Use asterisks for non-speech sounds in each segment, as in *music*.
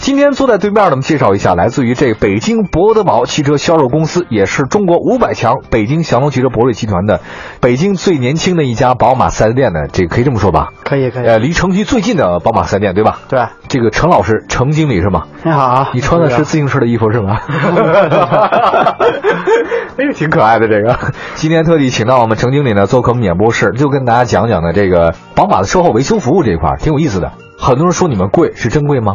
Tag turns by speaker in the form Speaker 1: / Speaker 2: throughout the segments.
Speaker 1: 今天坐在对面的，我们介绍一下，来自于这北京博德堡汽车销售公司，也是中国五百强北京祥龙汽车博瑞集团的北京最年轻的一家宝马 4S 店的，这个可以这么说吧？
Speaker 2: 可以可以，
Speaker 1: 呃，离城区最近的宝马 4S 店，对吧？
Speaker 2: 对，
Speaker 1: 这个陈老师，程经理是吗？
Speaker 2: 你好啊，
Speaker 1: 你穿的是自行车的衣服是吗？哎，挺可爱的这个。今天特地请到我们程经理呢做客我们演播室，就跟大家讲讲呢这个宝马的售后维修服务这一块儿，挺有意思的。很多人说你们贵，是真贵吗？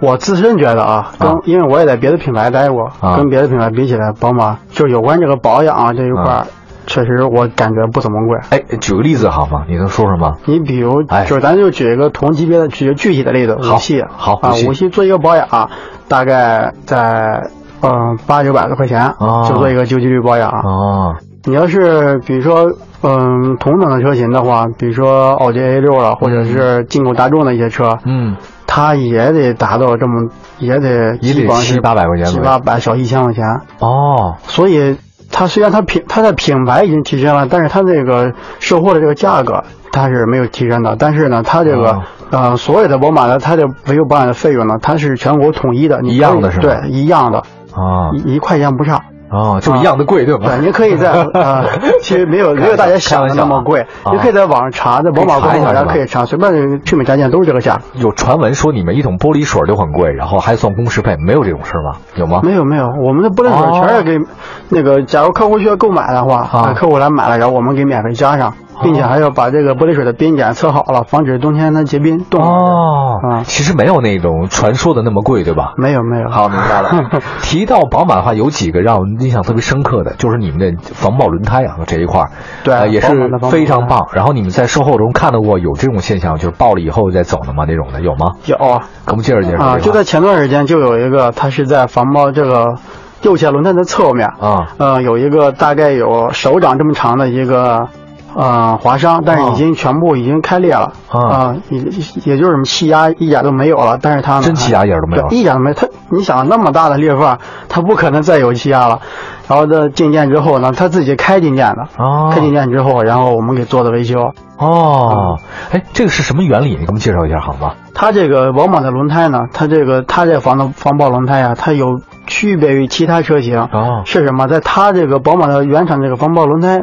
Speaker 2: 我自身觉得啊，跟、
Speaker 1: 啊
Speaker 2: 因为我也在别的品牌待过，
Speaker 1: 啊
Speaker 2: 跟别的品牌比起来，宝马就是有关这个保养啊这一块儿，
Speaker 1: 啊
Speaker 2: 确实我感觉不怎么贵。
Speaker 1: 哎，举个例子好吗？你能说说吗？
Speaker 2: 你比如，
Speaker 1: 哎
Speaker 2: 就是咱就举一个同级别的，举具体的例子，
Speaker 1: 好
Speaker 2: 五系，
Speaker 1: 好
Speaker 2: 啊
Speaker 1: 五系，
Speaker 2: 五系做一个保养，啊大概在嗯八九百多块钱，
Speaker 1: 哦
Speaker 2: 就做一个旧几率保养。啊
Speaker 1: 哦，
Speaker 2: 你要是比如说，嗯，同等的车型的话，比如说奥迪 A 六了，或者是进口大众的一些车，
Speaker 1: 嗯，
Speaker 2: 它也得达到这么，也得
Speaker 1: 也得
Speaker 2: 基本上是
Speaker 1: 七八百块钱
Speaker 2: 七
Speaker 1: 左右
Speaker 2: 八百小一千块钱。
Speaker 1: 哦，
Speaker 2: 所以它虽然它品它的品牌已经提升了，但是它这个售后的这个价格它是没有提升的。但是呢，它这个、
Speaker 1: 哦
Speaker 2: 呃所有的宝马的它的维修保养的费用呢，它是全国统一的，你可以
Speaker 1: 一样的是吗
Speaker 2: 对，一样的，
Speaker 1: 啊，
Speaker 2: 一一块钱不差。
Speaker 1: 哦，就一样的贵，对吧
Speaker 2: 嗯对，？您可
Speaker 1: *laughs*
Speaker 2: 以在呃，其实没有没有大家想的那么贵
Speaker 1: 开玩笑啊，
Speaker 2: 您可以在网上查，在宝马
Speaker 1: 可以查一
Speaker 2: 官
Speaker 1: 下
Speaker 2: 网
Speaker 1: 是
Speaker 2: 上
Speaker 1: 吧
Speaker 2: 可以查，随便呃去美家店都是这个价。
Speaker 1: 有传闻说你们一桶玻璃水就很贵，然后还算工时费，没有这种事吗？有吗？
Speaker 2: 没有没有，我们的玻璃
Speaker 1: 哦
Speaker 2: 水全是给那个，假如客户需要购买的话，
Speaker 1: 啊哦
Speaker 2: 呃客户来买了，然后我们给免费加上，并且还要把这个玻璃水的冰点测好了，防止冬天它结冰冻。
Speaker 1: 哦
Speaker 2: 啊，
Speaker 1: 其实没有那种传说的那么贵，对
Speaker 2: *laughs*
Speaker 1: 吧？
Speaker 2: 没有没有，
Speaker 1: 好，明白了。 *laughs* 提到宝马的话，有几个让我印象特别深刻的，就是你们的防爆轮胎啊这一块儿，
Speaker 2: 对
Speaker 1: 呃也
Speaker 2: 宝马
Speaker 1: 是
Speaker 2: 的防爆
Speaker 1: 非常
Speaker 2: 轮胎
Speaker 1: 棒。然后你们在售后中看到过有这种现象，就是爆了以后再走的吗？那种的有吗？
Speaker 2: 有啊，
Speaker 1: 给我们介绍介绍这一块儿。
Speaker 2: 就在前段时间就有一个，它是在防爆这个右前轮胎的侧面，
Speaker 1: 啊
Speaker 2: 呃，有一个大概有手掌这么长的一个。呃，划伤，但是已经全部已经开裂了
Speaker 1: 啊
Speaker 2: 也也就是什么气压一点都没有了，但是它呢
Speaker 1: 真气压一点都没有
Speaker 2: 对一点都没有。它你想那么大的裂缝，它不可能再有气压了。然后它进店之后呢，它自己开进店的，
Speaker 1: 哦
Speaker 2: 开进店之后，然后我们给做的维修。
Speaker 1: 哦，哎，这个是什么原理？你给我们介绍一下好吗？
Speaker 2: 它这个宝马的轮胎呢，它这个它这个防的防爆轮胎啊，它有区别于其他车型，
Speaker 1: 哦
Speaker 2: 是什么？在它这个宝马的原厂这个防爆轮胎，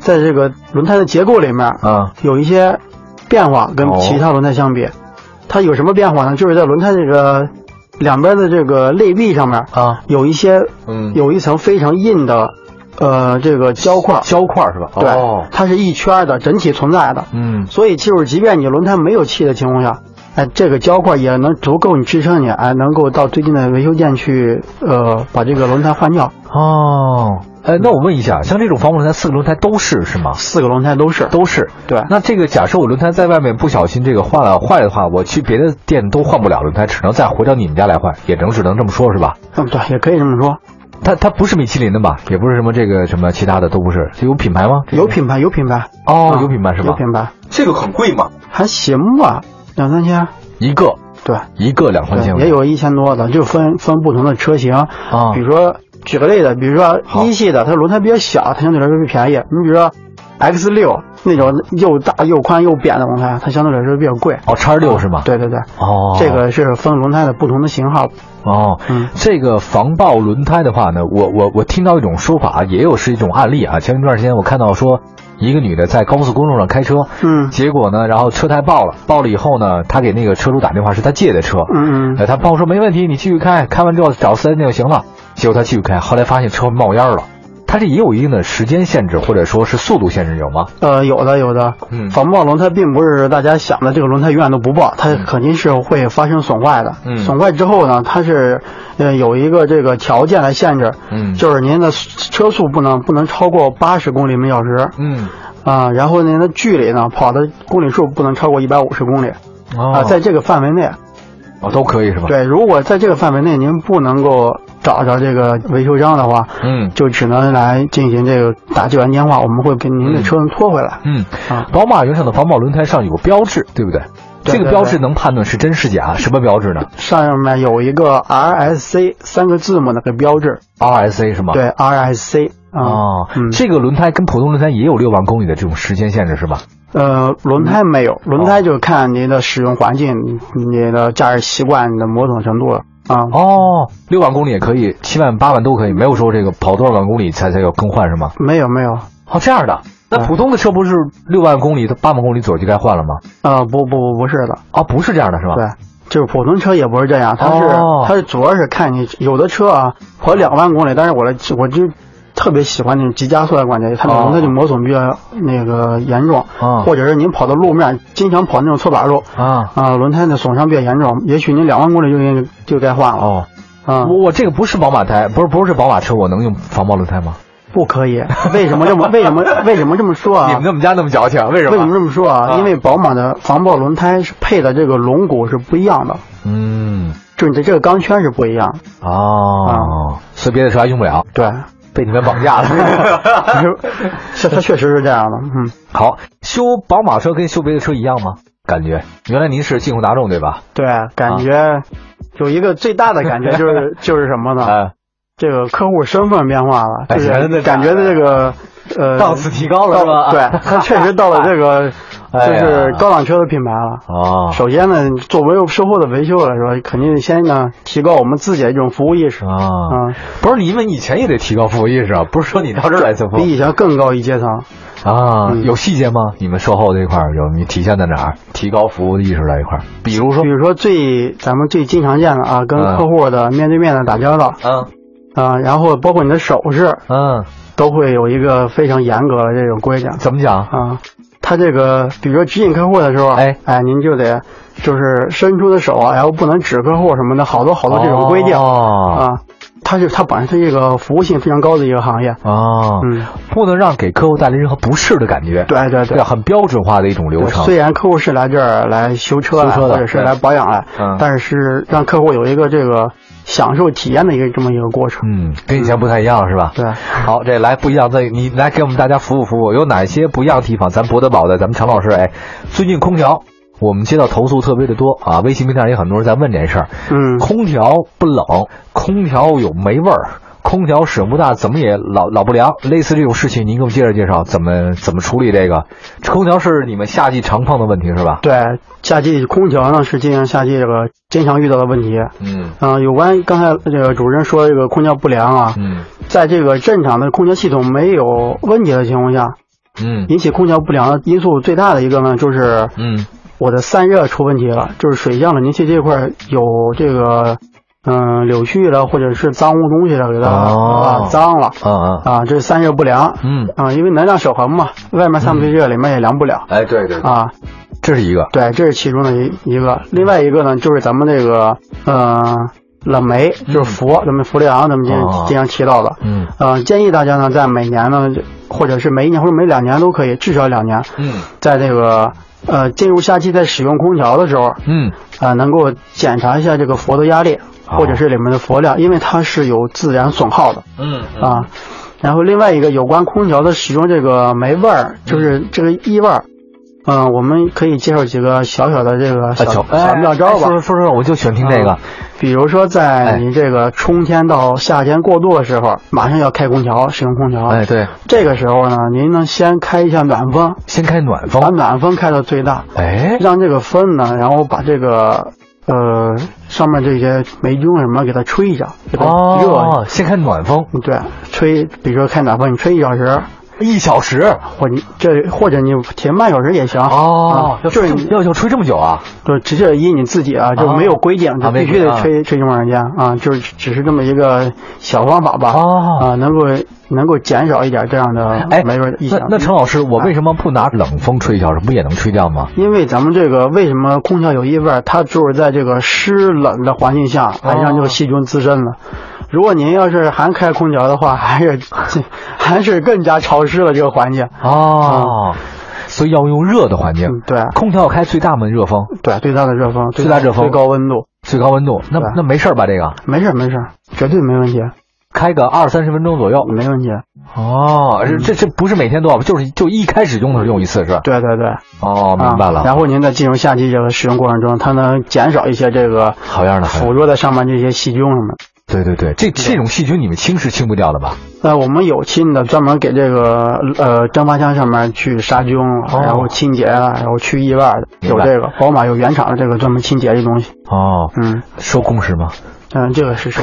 Speaker 2: 在这个轮胎的结构里面
Speaker 1: 啊
Speaker 2: 有一些变化，跟
Speaker 1: 哦
Speaker 2: 其他轮胎相比，它有什么变化呢？就是在轮胎这个两边的这个内壁上面
Speaker 1: 啊，
Speaker 2: 有一些
Speaker 1: 嗯，
Speaker 2: 有一层非常硬的，呃，这个胶块儿，
Speaker 1: 胶块儿是吧？哦
Speaker 2: 对，，它是一圈儿的，整体存在的。
Speaker 1: 嗯，
Speaker 2: 所以就是即便你轮胎没有气的情况下，哎，这个胶块也能足够你支撑你，哎，能够到最近的维修店去，呃，把这个轮胎换掉。
Speaker 1: 哦，哎，那我问一下，像这种防爆轮胎，四个轮胎都是是吗？
Speaker 2: 四个轮胎都是，
Speaker 1: 都嗯是。
Speaker 2: 对
Speaker 1: 那这个假设我轮胎在外面不小心这个换了坏的话，我去别的店都换不了轮胎，只能再回到你们家来换，也能只能这么说是吧？
Speaker 2: 嗯，对，也可以这么说。
Speaker 1: 它它不是米其林的吧？也不是什么这个什么其他的都不是，这有品牌吗？
Speaker 2: 有品牌，有品牌，
Speaker 1: 哦
Speaker 2: 啊，
Speaker 1: 有品牌是吧
Speaker 2: 有？品牌，
Speaker 1: 这个很贵吗？
Speaker 2: 还行吧，两三千，
Speaker 1: 一个
Speaker 2: 对，
Speaker 1: 一个两块钱，
Speaker 2: 对也有一千多的，就分分不同的车型。
Speaker 1: 啊
Speaker 2: 比如说，举个例子，比如说
Speaker 1: 好
Speaker 2: 一系的，它轮胎比较小，它相对来说会便宜。你比如说 X 六那种又大又宽又扁的轮胎，它相对来说比较贵。
Speaker 1: 哦，叉六是吗？。
Speaker 2: 啊对对对，
Speaker 1: 哦，
Speaker 2: 这个是分轮胎的不同的型号。
Speaker 1: 哦， *laughs*
Speaker 2: 嗯
Speaker 1: 这个防爆轮胎的话呢，我我我听到一种说法，也有是一种案例啊。前一段时间我看到说，一个女的在高速公路上开车，
Speaker 2: 嗯
Speaker 1: 结果呢，然后车胎爆了，爆了以后呢，她给那个车主打电话，是她借的车，
Speaker 2: 嗯嗯，
Speaker 1: 呃，她朋友说没问题，你继续开，开完之后找四 S 店就行了。结果她继续开，后来发现车冒烟了。它这也有一定的时间限制，或者说是速度限制，有吗？
Speaker 2: 呃，有的有的。
Speaker 1: 嗯
Speaker 2: 防爆轮胎并不是大家想的这个轮胎永远都不爆，它
Speaker 1: 嗯
Speaker 2: 肯定是会发生损坏的。
Speaker 1: 嗯
Speaker 2: 损坏之后呢，它是呃有一个这个条件来限制，
Speaker 1: 嗯
Speaker 2: 就是您的车速不能不能超过八十公里每小时
Speaker 1: 嗯，
Speaker 2: 啊、然后您的距离呢，跑的公里数不能超过一百五十公里啊、
Speaker 1: 哦，
Speaker 2: 在这个范围内。
Speaker 1: 哦都可以是吧？，
Speaker 2: 对，如果在这个范围内您不能够找着这个维修商的话，
Speaker 1: 嗯，
Speaker 2: 就只能来进行这个打救援电话，我们会给您的车拖回来。
Speaker 1: 嗯
Speaker 2: 啊，
Speaker 1: 宝马原厂的防爆轮胎上有个标志，对不对？
Speaker 2: 对
Speaker 1: 这个
Speaker 2: 对
Speaker 1: 标志能判断是真是假？什么标志呢
Speaker 2: 上面有一个 RSC 三个字母那个标志，
Speaker 1: ？RSA 是吗？。
Speaker 2: 对 RSC 啊、
Speaker 1: 哦，
Speaker 2: 嗯，
Speaker 1: 这个轮胎跟普通轮胎也有六万公里的这种时间限制是吧？
Speaker 2: 呃，轮胎没有，轮胎就是看您的使用环境、你的驾驶习惯、你的磨损程度了啊。
Speaker 1: 哦，六万公里也可以，七万八万都可以，没有说这个跑多少万公里才才要更换是吗？
Speaker 2: 没有没有，
Speaker 1: 哦，这样的。那
Speaker 2: 嗯
Speaker 1: 普通的车不是六万公里、八万公里左右就该换了吗？
Speaker 2: 呃，不不不不是的，
Speaker 1: 啊，不是这样的，是吧？
Speaker 2: 对，就是普通车也不是这样，它是、
Speaker 1: 哦
Speaker 2: 它是主要是看你有的车啊跑两万公里，但是我的我就特别喜欢那种急加速的感觉，它
Speaker 1: 哦
Speaker 2: 的它就磨损比较那个严重，
Speaker 1: 嗯
Speaker 2: 或者是您跑的路面经常跑那种错把路。
Speaker 1: 啊，
Speaker 2: 啊、轮胎的损伤比较严重，也许您两万公里就应该就该换了
Speaker 1: 哦，
Speaker 2: 啊、
Speaker 1: 我我这个不是宝马胎，不是不是宝马车，我能用防爆轮胎吗？
Speaker 2: 不可以， *laughs* 为什么这么为什么为什么这么说啊？
Speaker 1: 你们我们家那么矫情，为什
Speaker 2: 为什么
Speaker 1: 么？
Speaker 2: 这么说啊？
Speaker 1: 啊
Speaker 2: 因为宝马的防爆轮胎是配的这个轮毂是不一样的，
Speaker 1: 嗯，
Speaker 2: 就是你的这个钢圈是不一样。啊
Speaker 1: 哦，所以别的车还用不了，
Speaker 2: 对，
Speaker 1: 被你们绑架
Speaker 2: *laughs* 它
Speaker 1: 了。
Speaker 2: 是是它确实是这样的。嗯，
Speaker 1: 好，修宝马车跟修别的车一样吗？感觉原来您是进口大众对吧？
Speaker 2: 对，感觉有一个最大的感觉就是就是什么呢？
Speaker 1: 啊，
Speaker 2: 这个客户身份变化了，就
Speaker 1: 哎真的
Speaker 2: 是
Speaker 1: 假
Speaker 2: 感
Speaker 1: 的
Speaker 2: 觉这个呃
Speaker 1: 档次提高了是吧
Speaker 2: 到对，
Speaker 1: *laughs*
Speaker 2: 它确实到了这个
Speaker 1: 哎
Speaker 2: 就
Speaker 1: 呀
Speaker 2: 是高档车的品牌了。
Speaker 1: 哦，
Speaker 2: 首先呢，作为售后的维修来说，肯定先呢提高我们自己的这种服务意识
Speaker 1: 啊，
Speaker 2: 啊，
Speaker 1: 不是你们以前也得提高服务意识啊，不是说你到这儿来才服务
Speaker 2: 比以前更高一阶层。
Speaker 1: 啊，
Speaker 2: 嗯
Speaker 1: 有细节吗？你们售后这块儿有你体现在哪儿？提高服务意识这一块儿，比如说
Speaker 2: 比，如说最咱们最经常见的啊，跟
Speaker 1: 哦嗯
Speaker 2: 客户的面对面的打交道
Speaker 1: 嗯
Speaker 2: 啊，然后包括你的手势，
Speaker 1: 嗯，
Speaker 2: 都会有一个非常严格的这种规定
Speaker 1: 怎么讲？
Speaker 2: 啊。他这个，比如说指引客户的时候，
Speaker 1: 哎
Speaker 2: 哎，您就得就是伸出的手啊，然后不能指客户什么的，好多好多这种规定、
Speaker 1: 哦
Speaker 2: 啊。它是它本身是一个服务性非常高的一个行业，
Speaker 1: 哦，
Speaker 2: 嗯，
Speaker 1: 不能让给客户带来任何不适的感觉，
Speaker 2: 对对对
Speaker 1: 要。很标准化的一种流
Speaker 2: 对
Speaker 1: 程。
Speaker 2: 虽然客户是来这儿来修车来，
Speaker 1: 修车的
Speaker 2: 或者是
Speaker 1: 对
Speaker 2: 来保养来，
Speaker 1: 嗯
Speaker 2: 但是让客户有一个这个享受体验的一个这么一个过程。
Speaker 1: 嗯，跟以前不太一样是吧？
Speaker 2: 对，
Speaker 1: 好，这来不一样，这你来给我们大家服务服务，有哪些不一样的地方？咱博德堡的，咱们常老师，哎，最近空调，我们接到投诉特别的多啊，微信平台上也很多人在问这事儿，
Speaker 2: 嗯，
Speaker 1: 空调不冷，空调有霉味儿，空调使用不大，怎么也老老不凉，类似这种事情，您给我们介绍介绍，怎么怎么处理这个？这空调是你们夏季常碰的问题是吧？
Speaker 2: 对，夏季空调呢是今年夏季这个经常遇到的问题。
Speaker 1: 嗯
Speaker 2: 嗯、有关刚才这个主持人说这个空调不良啊，
Speaker 1: 嗯
Speaker 2: 在这个正常的空调系统没有问题的情况下，
Speaker 1: 嗯
Speaker 2: 引起空调不良的因素最大的一个呢就是
Speaker 1: 嗯
Speaker 2: 我的散热出问题了，就是水箱冷凝器这块儿有这个嗯、柳絮了，或者是脏污东西了，给它、
Speaker 1: 哦
Speaker 2: 啊脏了
Speaker 1: 啊啊
Speaker 2: 啊，这是散热不良
Speaker 1: 嗯，
Speaker 2: 啊，因为能量守恒嘛，外面散不出去热，里面也凉不了
Speaker 1: 哎对对，
Speaker 2: 啊。
Speaker 1: 这是一个
Speaker 2: 对，这是其中的一一个。另外一个呢，就是咱们这个呃冷媒，就是氟，咱们氟利昂，咱们经
Speaker 1: 嗯哦
Speaker 2: 经常提到的。
Speaker 1: 嗯
Speaker 2: 呃，建议大家呢，在每年呢，或者是每一年或者每两年都可以，至少两年，
Speaker 1: 嗯
Speaker 2: 在这个呃进入夏季在使用空调的时候，
Speaker 1: 嗯
Speaker 2: 啊，能够检查一下这个氟的压力，
Speaker 1: 哦
Speaker 2: 或者是里面的氟量，因为它是有自然损耗的
Speaker 1: 嗯
Speaker 2: 啊。然后另外一个有关空调的使用这个霉味儿，就是这个异味儿，嗯、我们可以介绍几个小小的这
Speaker 1: 啊，
Speaker 2: 个哎小
Speaker 1: 小哎
Speaker 2: 小妙招吧啊
Speaker 1: 说，说说，我就喜欢听这个。
Speaker 2: 比如说
Speaker 1: 哎
Speaker 2: 在你这个春天到夏天过渡的时候，马上要开空调，使用空调，
Speaker 1: 哎，对，
Speaker 2: 这个时候呢，您能先开一下暖风，
Speaker 1: 先开暖
Speaker 2: 把
Speaker 1: 风。
Speaker 2: 暖风开到最大，
Speaker 1: 哎，
Speaker 2: 让这个风呢，然后把这个呃上面这些霉菌什么给它吹一下，给它热。
Speaker 1: 哦，先开暖风，
Speaker 2: 对，吹，比如说开暖风，你吹一小时，
Speaker 1: 一小时。
Speaker 2: 或你这或者你停半小时也行。
Speaker 1: 哦，
Speaker 2: 啊
Speaker 1: 要
Speaker 2: 就是
Speaker 1: 吹
Speaker 2: 你
Speaker 1: 要要吹这么久啊？
Speaker 2: 就只是依你自己啊，就
Speaker 1: 哦
Speaker 2: 没有规定，
Speaker 1: 啊
Speaker 2: 就
Speaker 1: 没
Speaker 2: 必须
Speaker 1: 规
Speaker 2: 得
Speaker 1: 啊
Speaker 2: 吹、吹这么长时间啊，就是只是这么一个小方法吧。
Speaker 1: 哦，
Speaker 2: 啊，能够能够减少一点这样的
Speaker 1: 哎，
Speaker 2: 霉味儿异
Speaker 1: 那
Speaker 2: 响。
Speaker 1: 那陈老师，
Speaker 2: 啊
Speaker 1: 我为什么不拿冷风吹一小时？不也能吹掉吗？
Speaker 2: 因为咱们这个为什么空调有异味儿？它只有在这个湿冷的环境下，
Speaker 1: 哦
Speaker 2: 才让这个细菌滋生了。如果您要是还开空调的话，还是 *laughs* 还是更加潮湿了这个环境。
Speaker 1: 哦，所以要用热的环境。
Speaker 2: 啊嗯，对
Speaker 1: 空调要开最大门热风，
Speaker 2: 对，最大的热风，
Speaker 1: 最大热风
Speaker 2: 最高温度，
Speaker 1: 最高温度。那
Speaker 2: 对
Speaker 1: 那没事儿吧？这个
Speaker 2: 没事儿没事儿，绝对没问题，
Speaker 1: 开个二三十分钟左右。
Speaker 2: 没问题。
Speaker 1: 哦，这这这不是每天都要，就是就一开始用的时候用一次是吧？
Speaker 2: 嗯对对对，
Speaker 1: 哦，明白了。
Speaker 2: 啊。然后您在进入夏季这个使用过程中，它能减少一些这个
Speaker 1: 好样的，好样的
Speaker 2: 附着在上面这些细菌什么的。
Speaker 1: 对对对，这这种细菌你们清是清不掉的吧？
Speaker 2: 呃，我们有清的，专门给这个呃蒸发箱上面去杀菌，
Speaker 1: 哦
Speaker 2: 然后清洁啊，然后去异味的，有这个宝马有原厂的这个专门清洁这东西。
Speaker 1: 哦，
Speaker 2: 嗯
Speaker 1: 收工时吗？ *laughs*
Speaker 2: 嗯，这个是是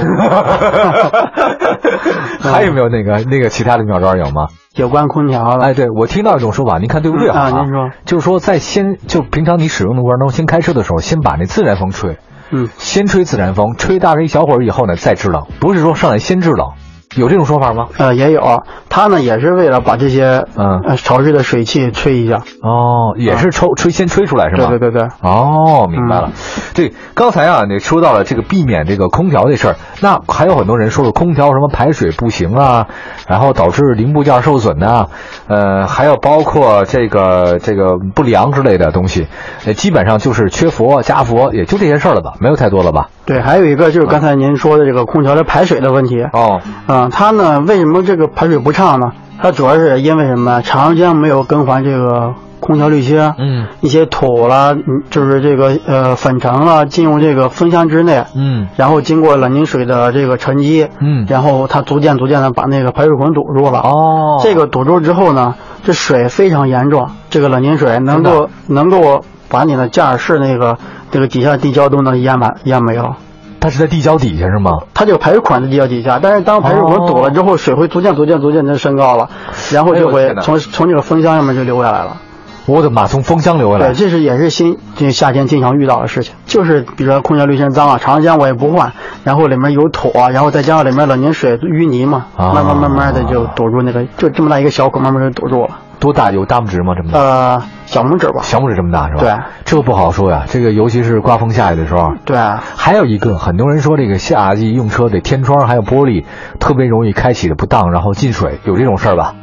Speaker 1: 还有没有那个那个其他的妙招有吗？
Speaker 2: 有关空调的。
Speaker 1: 哎，对我听到一种说法，您看对不对
Speaker 2: 嗯啊您说
Speaker 1: 就是说在先就平常你使用的过程中，先开车的时候，先把那自然风吹，
Speaker 2: 嗯，
Speaker 1: 先吹自然风，吹大概一小会儿以后呢，再制冷，不是说上来先制冷，有这种说法吗？
Speaker 2: 呃，也有，它呢也是为了把这些
Speaker 1: 嗯
Speaker 2: 呃潮湿的水汽吹一下。
Speaker 1: 哦，也是抽、吹先吹出来是
Speaker 2: 啊对
Speaker 1: 吗？
Speaker 2: 对对对，
Speaker 1: 哦，明白
Speaker 2: 嗯
Speaker 1: 了。这刚才啊，你说到了这个避免这个空调这事儿，那还有很多人说是空调什么排水不行啊，然后导致零部件受损呐、呃，还有包括这个这个不良之类的东西，呃，基本上就是缺氟加氟，也就这些事儿了吧，没有太多了吧？
Speaker 2: 对，还有一
Speaker 1: 嗯
Speaker 2: 个就是刚才您说的这个空调的排水的问题。
Speaker 1: 哦，
Speaker 2: 嗯，它呢为什么这个排水不畅呢？它主要是因为什么？长时间没有更换这个空调滤芯，啊
Speaker 1: 嗯
Speaker 2: 一些土啦，嗯就是这个呃粉尘啦，进入这个风箱之内，
Speaker 1: 嗯
Speaker 2: 然后经过冷凝水的这个沉积，
Speaker 1: 嗯，
Speaker 2: 然后它逐渐逐渐的把那个排水孔堵住了。啊
Speaker 1: 哦，
Speaker 2: 这个堵住之后呢，这水非常严重，这个冷凝水能够能够把你的驾驶室那个这个底下地胶都能淹满淹没了。
Speaker 1: 它是在地胶底下是吗？
Speaker 2: 它这个排水管在地胶底下，但是当排水管堵了之后，水会逐渐逐渐逐渐的升高了，然后就
Speaker 1: 哎呦我的
Speaker 2: 会
Speaker 1: 天哪
Speaker 2: 从从这个风箱上面就流下来了。
Speaker 1: 我的妈，从风箱流下
Speaker 2: 对，
Speaker 1: 来，
Speaker 2: 这是也是新这夏天经常遇到的事情，就是比如说空调滤芯脏啊，长时间我也不换，然后里面有土啊，然后再加上里面冷凝水淤泥嘛，
Speaker 1: 啊
Speaker 2: 慢慢慢慢的就堵住那个，就这么大一个小孔，慢慢就堵住了。
Speaker 1: 多大有大拇指吗？这么大？
Speaker 2: 呃，小拇指吧。
Speaker 1: 小拇指这么大是吧？
Speaker 2: 对，
Speaker 1: 这不好说呀。这个尤其是刮风下雨的时候，
Speaker 2: 对啊，
Speaker 1: 还有一个，很多人说这个夏季用车这天窗还有玻璃特别容易开启的不当，然后进水，有这种事儿吧？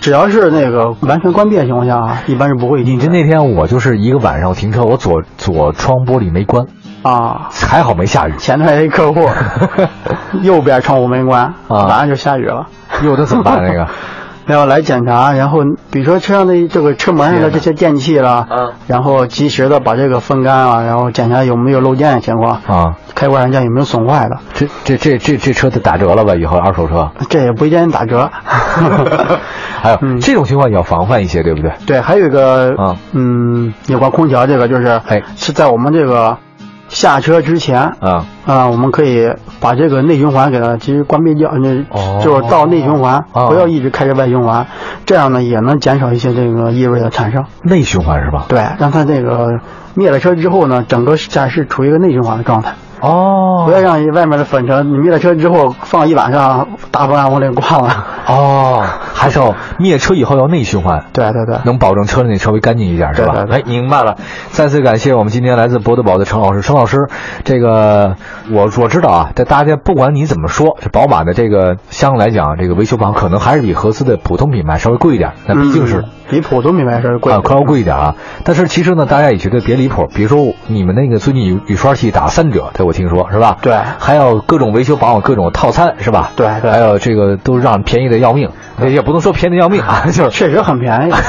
Speaker 2: 只要是那个完全关闭的情况下，一般是不会进
Speaker 1: 你
Speaker 2: 去
Speaker 1: 这
Speaker 2: 的
Speaker 1: 那天我就是一个晚上停车，我左左窗玻璃没关，
Speaker 2: 啊。
Speaker 1: 还好没下雨。
Speaker 2: 前台一
Speaker 1: *laughs*
Speaker 2: 客户，右边窗户没关，
Speaker 1: 啊
Speaker 2: 晚上就下雨了。
Speaker 1: 哟，那怎么办？那 *laughs* 个，
Speaker 2: 然后来检查，然后比如说车上的这个车门上的这些电器啦，
Speaker 1: 嗯
Speaker 2: 然后及时的把这个风干啊，然后检查有没有漏电的情况，
Speaker 1: 啊，
Speaker 2: 开关元件有没有损坏的，
Speaker 1: 这这这这这车得打折了吧？以后二手车，
Speaker 2: 这也不建议打折。
Speaker 1: *laughs* 还有、
Speaker 2: 嗯
Speaker 1: 这种情况也要防范一些，对不对？
Speaker 2: 对，还有一个，
Speaker 1: 啊
Speaker 2: 嗯，有关空调这个就是，
Speaker 1: 哎
Speaker 2: 是在我们这个下车之前啊、
Speaker 1: 啊，
Speaker 2: 我们可以把这个内循环给它其实关闭掉，那、
Speaker 1: 哦
Speaker 2: 就是到内循环，
Speaker 1: 啊
Speaker 2: 不要一直开着外循环，这样呢也能减少一些这个异味的产生。
Speaker 1: 内循环是吧？
Speaker 2: 对，让它这个灭了车之后呢，整个驾驶室处于一个内循环的状态，
Speaker 1: 哦
Speaker 2: 不要让外面的粉尘，你灭了车之后放一晚上，大风啊往里刮了。
Speaker 1: *laughs* 哦，还是要灭车以后要内循环。
Speaker 2: 对对对，
Speaker 1: *laughs* 能保证车内稍微干净一点，是吧
Speaker 2: 对？对
Speaker 1: 哎，明白了。再次感谢我们今天来自博德堡的程老师，程老师，这个我我知道啊，这大家不管你怎么说，这宝马的这个相对来讲，这个维修保养可能还是比合资的普通品牌稍微贵一点，那毕竟是。
Speaker 2: 嗯比普通品牌是贵
Speaker 1: 啊，稍微贵一点啊！但是其实呢，大家也觉得别离谱。比如说，你们那个最近雨雨刷器打三折，这我听说是吧？
Speaker 2: 对
Speaker 1: 还有各种维修保养各种套餐是吧？
Speaker 2: 对对
Speaker 1: 还有这个都让便宜的要命，也不能说便宜的要命啊， *laughs* 就是
Speaker 2: 确实很便
Speaker 1: *laughs*
Speaker 2: 宜。啊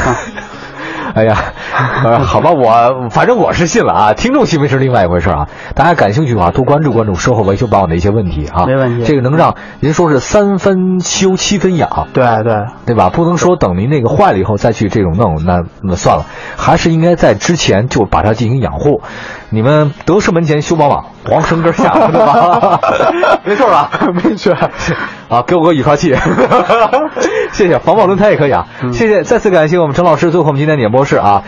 Speaker 1: 哎呀，呃，好吧，我反正我是信了啊，听众信没是另外一回事啊。大家感兴趣的话，多关注关注售后维修保养的一些问题啊。
Speaker 2: 没问题
Speaker 1: 这个能让您说是三分修七分养，
Speaker 2: 对对
Speaker 1: *laughs* 对吧？不能说等您那个坏了以后再去这种弄，那那算了，还是应该在之前就把它进行养护。你们德胜门前修宝马，王生根下对吧？没错
Speaker 2: *laughs*
Speaker 1: 吧？没错。 *laughs* 啊，给我个雨刷器，谢谢。防爆轮胎也可以啊。谢谢，再次感谢我们陈老师做客我们今天的演播室啊。